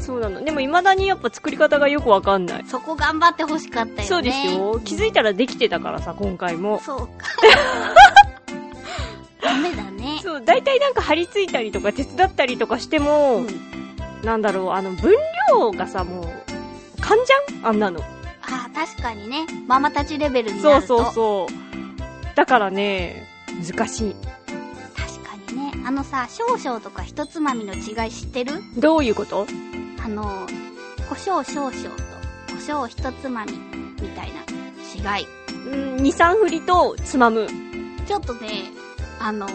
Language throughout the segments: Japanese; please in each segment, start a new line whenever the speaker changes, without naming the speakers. そうなの。でも未だにやっぱ作り方がよくわかんない。
そこ頑張ってほしかったよね。
そうですよ。気づいたらできてたからさ、今回も。
そう か。ダメだね。
そう、大体なんか張り付いたりとか手伝ったりとかしても、
うん
なんだろう、あの、分量がさ、もう、噛んじゃんあんなの。
ああ、確かにね。ママたちレベルに
そ
な
う
ると。
そうそう。だからね、難しい。
確かにね。あのさ、少々とかひとつまみの違い知ってる
どういうこと
あの、胡椒少々と胡椒一つまみみたいな違い。
うん、2、3振りとつまむ。
ちょっとね、あの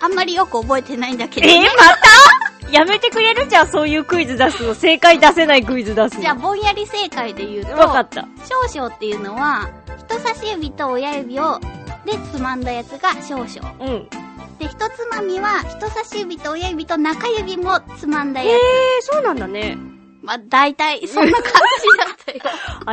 あんまりよく覚えてないんだけ
え
ど、
ー、また やめてくれるじゃん、そういうクイズ出すの。正解出せないクイズ出すの。
じゃあぼんやり正解で言うと、
わかった。
少々っていうのは、人差し指と親指を、で、つまんだやつが少々。
うん。
で、ひとつまみは、人差し指と親指と中指もつまんだ
え
やつ。
ー、そうなんだね。
まあ、大体、そんな感じ だったよ。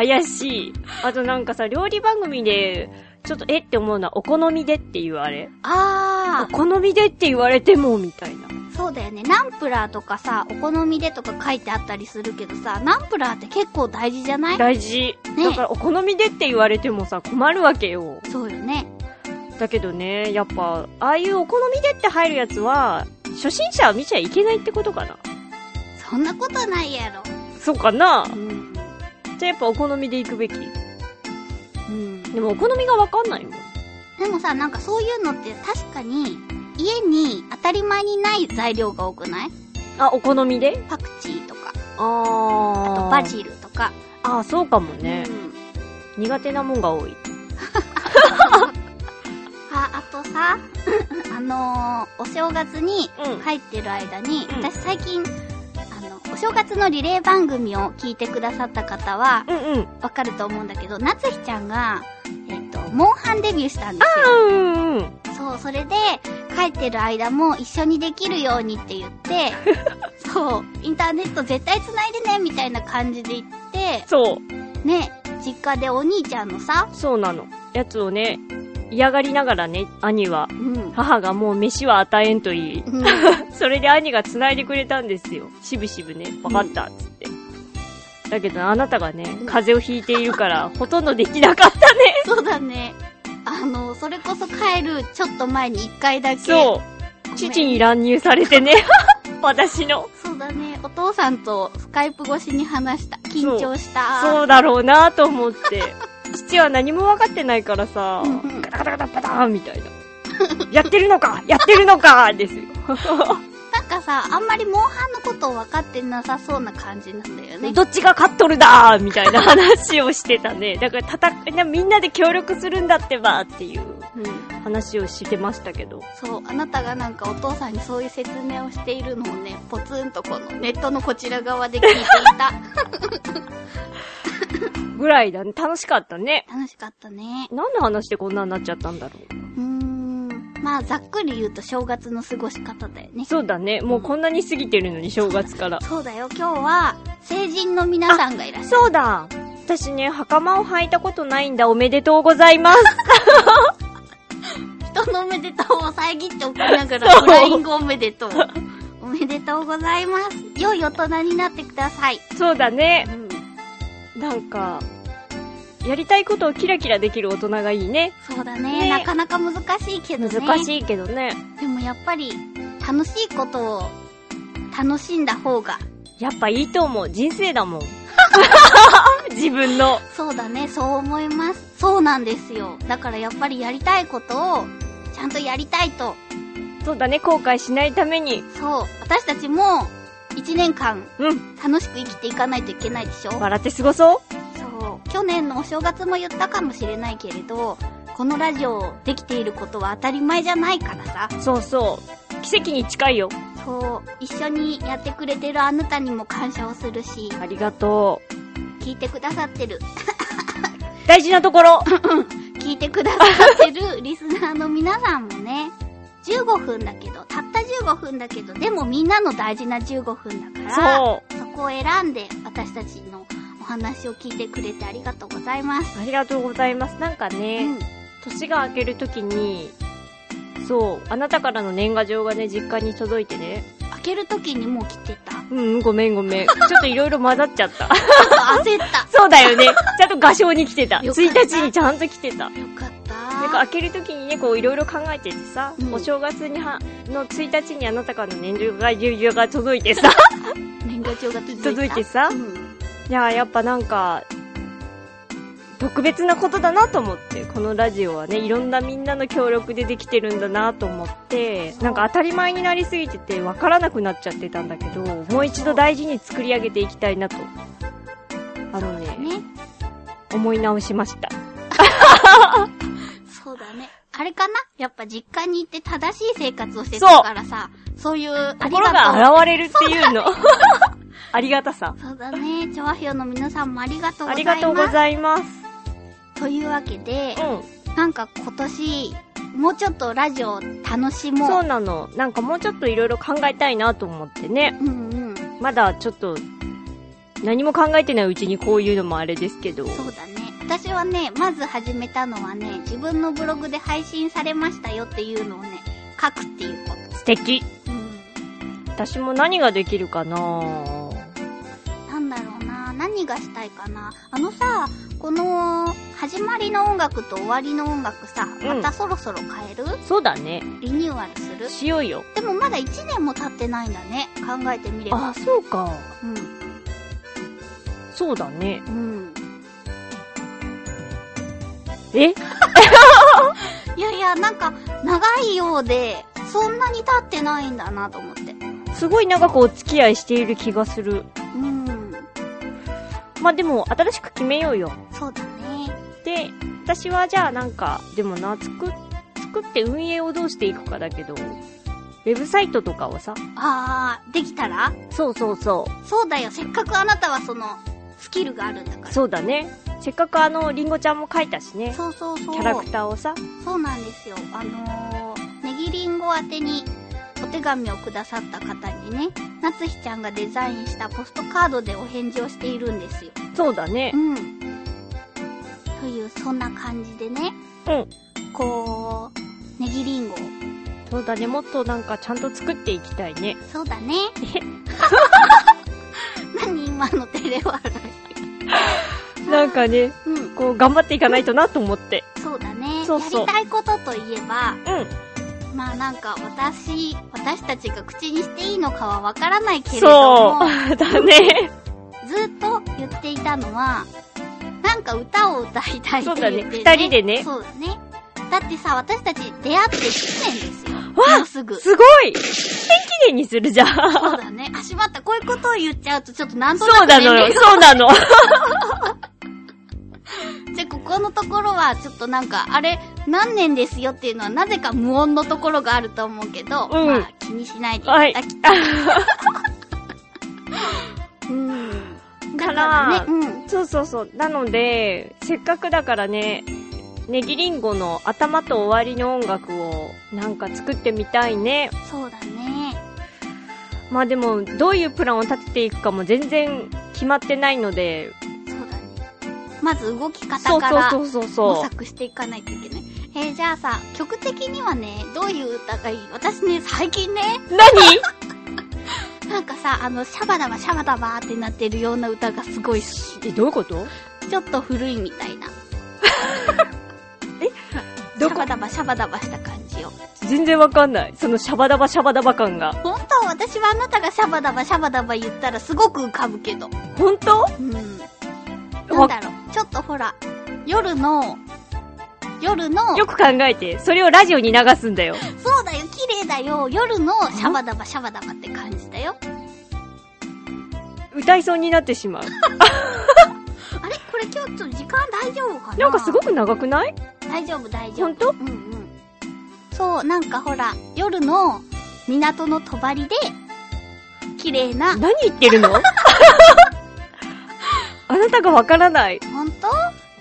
怪しい。あとなんかさ、料理番組で、ちょっとえって思うのは、お好みでっていうあれ。お
あ
好みでって言われても、みたいな。
ー、そうだよね。ナンプラーとかさ、お好みでとか書いてあったりするけどさ、ナンプラーって結構大事じゃない
大事。
ね
だから、お好みでって言われてもさ、困るわけよ。
そうよね。
だけどね、やっぱ、ああいうお好みでって入るやつは、初心者は見ちゃいけないってことかな。
そんなことないやろ。
そうかな
うん。
じゃあやっぱお好みで行くべき。
うん。
でもお好みがわかんないもん。
でもさ、なんかそういうのって確かに、家に当たり前にない材料が多くない
あ、お好みで
パクチーとか、
あ
あとバ。ジルとか。
あー、そうかもね
う。ん。
苦手なもんが多い。
あ、あとさ、 あのー、お正月に
うん
入ってる間に、
うん
私最近、あの、お正月のリレー番組を聞いてくださった方は、
うんうん。
わかると思うんだけど、なつひちゃんが、えっと、モンハンデビューしたんですよ。
うんうんうん。
そう、それで、帰ってる間も一緒にできるようにって言 って、そう、インターネット絶対繋いでね、みたいな感じで言って、
そう。
ね、実家でお兄ちゃんのさ、
そうなの。やつをね、嫌がりながらね、兄は
う。ん。
母がもう飯は与えんといい。
うん
それで兄が繋いでくれたんですよ。しぶしぶね、わかった、つって。だけどあなたがね、風邪をひいているから、ほとんどできなかったね。
そうだね。あの、それこそ帰るちょっと前に一回だけ。
そう
ごめん。
父に乱入さ れてね。私の。
そうだね。お父さんとスカイプ越しに話した。緊張した。
そうだろうなと思って。父は何も分かってないからさ
うんうん、
ガタガタガタパターンみたいな。やってるのかやってるのかですよ。
なんかさ、あんまりモンハンのことを分かってなさそうな感じなんだよね。
どっちが勝っとるだーみたいな話をしてたね。だから戦いな、みんなで協力するんだってばっていう
うん。
話をしてましたけど。
そう、あなたがなんかお父さんにそういう説明をしているのをね、ポツンとこのネットのこちら側で聞いてい た。
ぐらいだね。楽しかったね。
楽しかったね。
何の話でこんなになっちゃったんだろ
う
う。
ーん。まあ、ざっくり言うと正月の過ごし方だよね。
そうだね。もうこんなに過ぎてるのに、正月から。
そうだよ、今日は、成人の皆さんがいらっしゃる。
そうだ私ね、袴を履いたことないんだ。おめでとうございます。
人のおめでとうを遮っておきながら、フライングおめでとう。おめでとうございます。良い大人になってください。
そうだね
う。ん。
なんか、やりたいことをキラキラできる大人がいいね。
そうだね。
ね
なかなか難しいけどね。
難
い。
しいけどね。
でもやっぱり、楽しいことを、楽しんだ方が、
やっぱいいと思う。人生だ もん。自分の。
そうだね、そう思います。そうなんですよ。だからやっぱりやりたいことを、ちゃんとやりたいと。
そうだね、後悔しないために。
そう。私たちも、一年間、
うん。
楽しく生きていかないといけないでしょ
笑って過ごそう。
そう。去年のお正月も言ったかもしれないけれど、このラジオできていることは当たり前じゃないからさ。
そうそう。奇跡に近いよ。
そう。一緒にやってくれてるあなたにも感謝をするし、
ありがとう。
聞いてくださってる、
大事なところ。
聞いてくださってるリスナーの皆さんもね、15分だけど、たった15分だけど、でもみんなの大事な15分だから、
そう。
そこを選んで私たちのお話を聞いてくれてありがとうございます。
ありがとうございます。なんか
う
ね、
ん。
年が明けるときに、そう、あなたからの年賀状がね、実家に届いてね。
開ける時にもう来て た。
うんうん、ごめんごめん。ちょっといろいろ混ざっち ゃった。
ちょっと焦った。
そうだよね。ちゃんと画商に来てた。
よ
1
かった
日にちゃんと来てた。
よかった。
なんか開けるときにね、こういろいろ考えててさ、
うん
お正月には、の1日にあなたからの年中が、重々が届いてさ、
年賀状が届いた。
届いてさ
うん。
いやーやっぱなんか、特別なことだなと思って、このラジオはね、いろんなみんなの協力でできてるんだなと思って、なんか当たり前になりすぎてて、わからなくなっちゃってたんだけど、もう一度大事に作り上げていきたいなと、あのね、
ね。
思い直しました。
そうだね。あれかなやっぱ実家に行って正しい生活をしてたからさ、そういう、あり
心
がとう。
が現れるっていうの。 ありがたさ。
そうだね。調和表の皆さんもありがとう
あ
ございます。
りがとうございます。
というわけで
う、ん。
なんか今年、もうちょっとラジオ楽し
そ
も
う
う。
なの。なんかもうちょっといろいろ考えたいなと思ってね。
うんうん。
まだちょっと、何も考えてないうちにこういうのもあれですけど。
そうだね。私はね、まず始めたのはね、自分のブログで配信されましたよっていうのをね、書くっていうこ
素敵。
と。うん。
私も何ができるかな
なんだろうな、何がしたいかな。あのさ、この、始まりの音楽と終わりの音楽さ、
ん
またそろそろ変える、
そうだね。
リニューアルする
しようよ。
でもまだ1年も経ってないんだね。考えてみれば。
あ、そうか。
うん。
そうだね。
うん。
え
いやいや、なんか、長いようで、そんなに経ってないんだなと思って。
すごい長くお付き合いしている気がする。
うん。
まあでも、新しく決めようよ。
そうだね。
で、私はじゃあなんか、でもな、作っ、作って運営をどうしていくかだけど、ウェブサイトとかをさ、
あー、できたら
そうそうそ
そうだよ。せっかくあなたはその、スキルがあるんだか
う、
ら。
そうだね。せっかくあの、りんごちゃんも書いたしね、
そうそうそう。
キャラクターをさ、
そうなんですよ。あのー、ネギリンゴ宛てにお手紙をくださった方にね、なつひちゃんがデザインしたポストカードでお返事をしているんですよ。
そうだね
う。ん。という、そんな感じでね、
うん。
こう、ネギリンゴを
そうだね、もっとなんかちゃんと作っていきたいね。
そうだね。 何今の照れ笑
なんかね、
い。うん。
こう、頑張っていかないとなと思って。
そうだね。
そうそう
やりたいことといえば、
うん。
まあなんか私、私たちが口にしていいのかはわからないけれども、
そう。だね。
ずっと言っていたのは、なんか歌を歌いたいって言って、
そうだね二人でね
そうだね。だってさ、私たち出会って1年ですよ。もうすぐ。そう
すごい天気年にするじゃん。
だね。あ、しまった。こういうことを言っちゃうとちょっとなんとな
そう
く
な
年
のよ、
齢が
そうなの。
じゃあここのところはちょっとなんかあれ何年ですよっていうのはなぜか無音のところがあると思うけど、
うん
まあ気にしないでいただきたい、うんだからねうん
そうそうそう。なので、せっかくだからね、ネギリンゴの頭と終わりの音楽をなんか作ってみたいね。
そうだね
まあでも、どういうプランを立てていくかも全然決まってないので、
そうだねまず動き
そ
方
う
か
そう
ら
そうそう
模
そう。
索していかないといけないえー、じゃあさ曲的にはねどういう歌がいい私ね最近ね
何
なんかさあのシャバダバシャバダバーってなってるような歌がすごい好き
え、どういうこと
ちょっと古いみたいな。 え
ど
シ
こ
ャバダバシャバダバした感じよ。
全然わかんない。そのシャバダバシャバダバ感が。
本当私はあなたがシャバダバシャバダバ言ったらすごく浮かぶけど。
本当
うん。なん
わ
だろう。ちょっとほら、夜の、夜の、
よく考えて、それをラジオに流すんだよ。
そうだよ、綺麗だよ、夜のシャバダバシャバダバって感じだよ。
歌いそうになってしまう。
あれこれ今日ちょっと時間大丈夫かな
なんかすご
く。
く長くない
大丈夫、大丈夫。
本当
うんうん。そう、なんかほら、夜の港の帳で、綺麗な、
何言ってる のあなたがわからない。
本当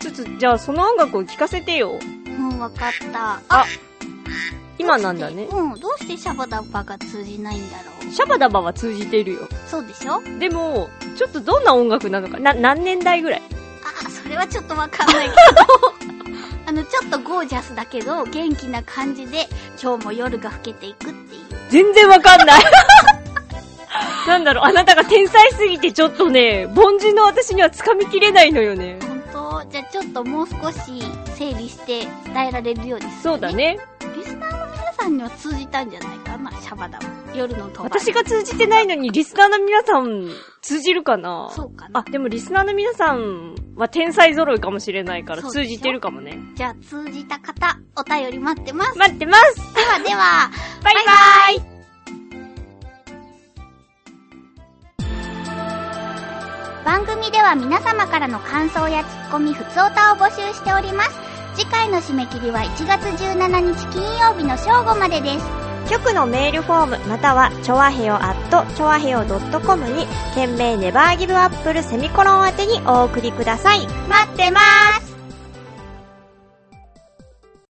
ちょっと、じゃあその音楽を聴かせてよ。
うん、わかった。
あ今なんだね。
うん、どうしてシャバダバが通じないんだろう。
シャバダバは通じているよ。
そうでしょ
でも、ちょっとどんな音楽なのか、な、何年代ぐらい
あ、それはちょっとわかんないけど。あの、ちょっとゴージャスだけど、元気な感じで、今日も夜が更けていくっていう。
全然わかんない。 なんだろう、あなたが天才すぎてちょっとね、凡人の私には掴みきれないのよね。
本当じゃあちょっともう少し整理して伝えられるようにする、
そうだ。ね。
リスナーの皆さんには通じたんじゃないかな、シャバダバ。夜の飛ば
私が通じてないのにリスナーの皆さん、通じるかな
そうかな
あ、。でもリスナーの皆さんは天才揃いかもしれないから
そうでしょ
通じてるかもね。
じゃあ通じた方、お便り待ってます。
待ってます
ではでは、
バイバイ
番組では皆様からの感想やツッコミ、ふつおたを募集しております。次回の締め切りは1月17日金曜日の正午までです。
局のメールフォームまたはチョアヘオアットチョアヘオ .com に件名ネバーギブアップルセミコロン宛てにお送りください。
待ってます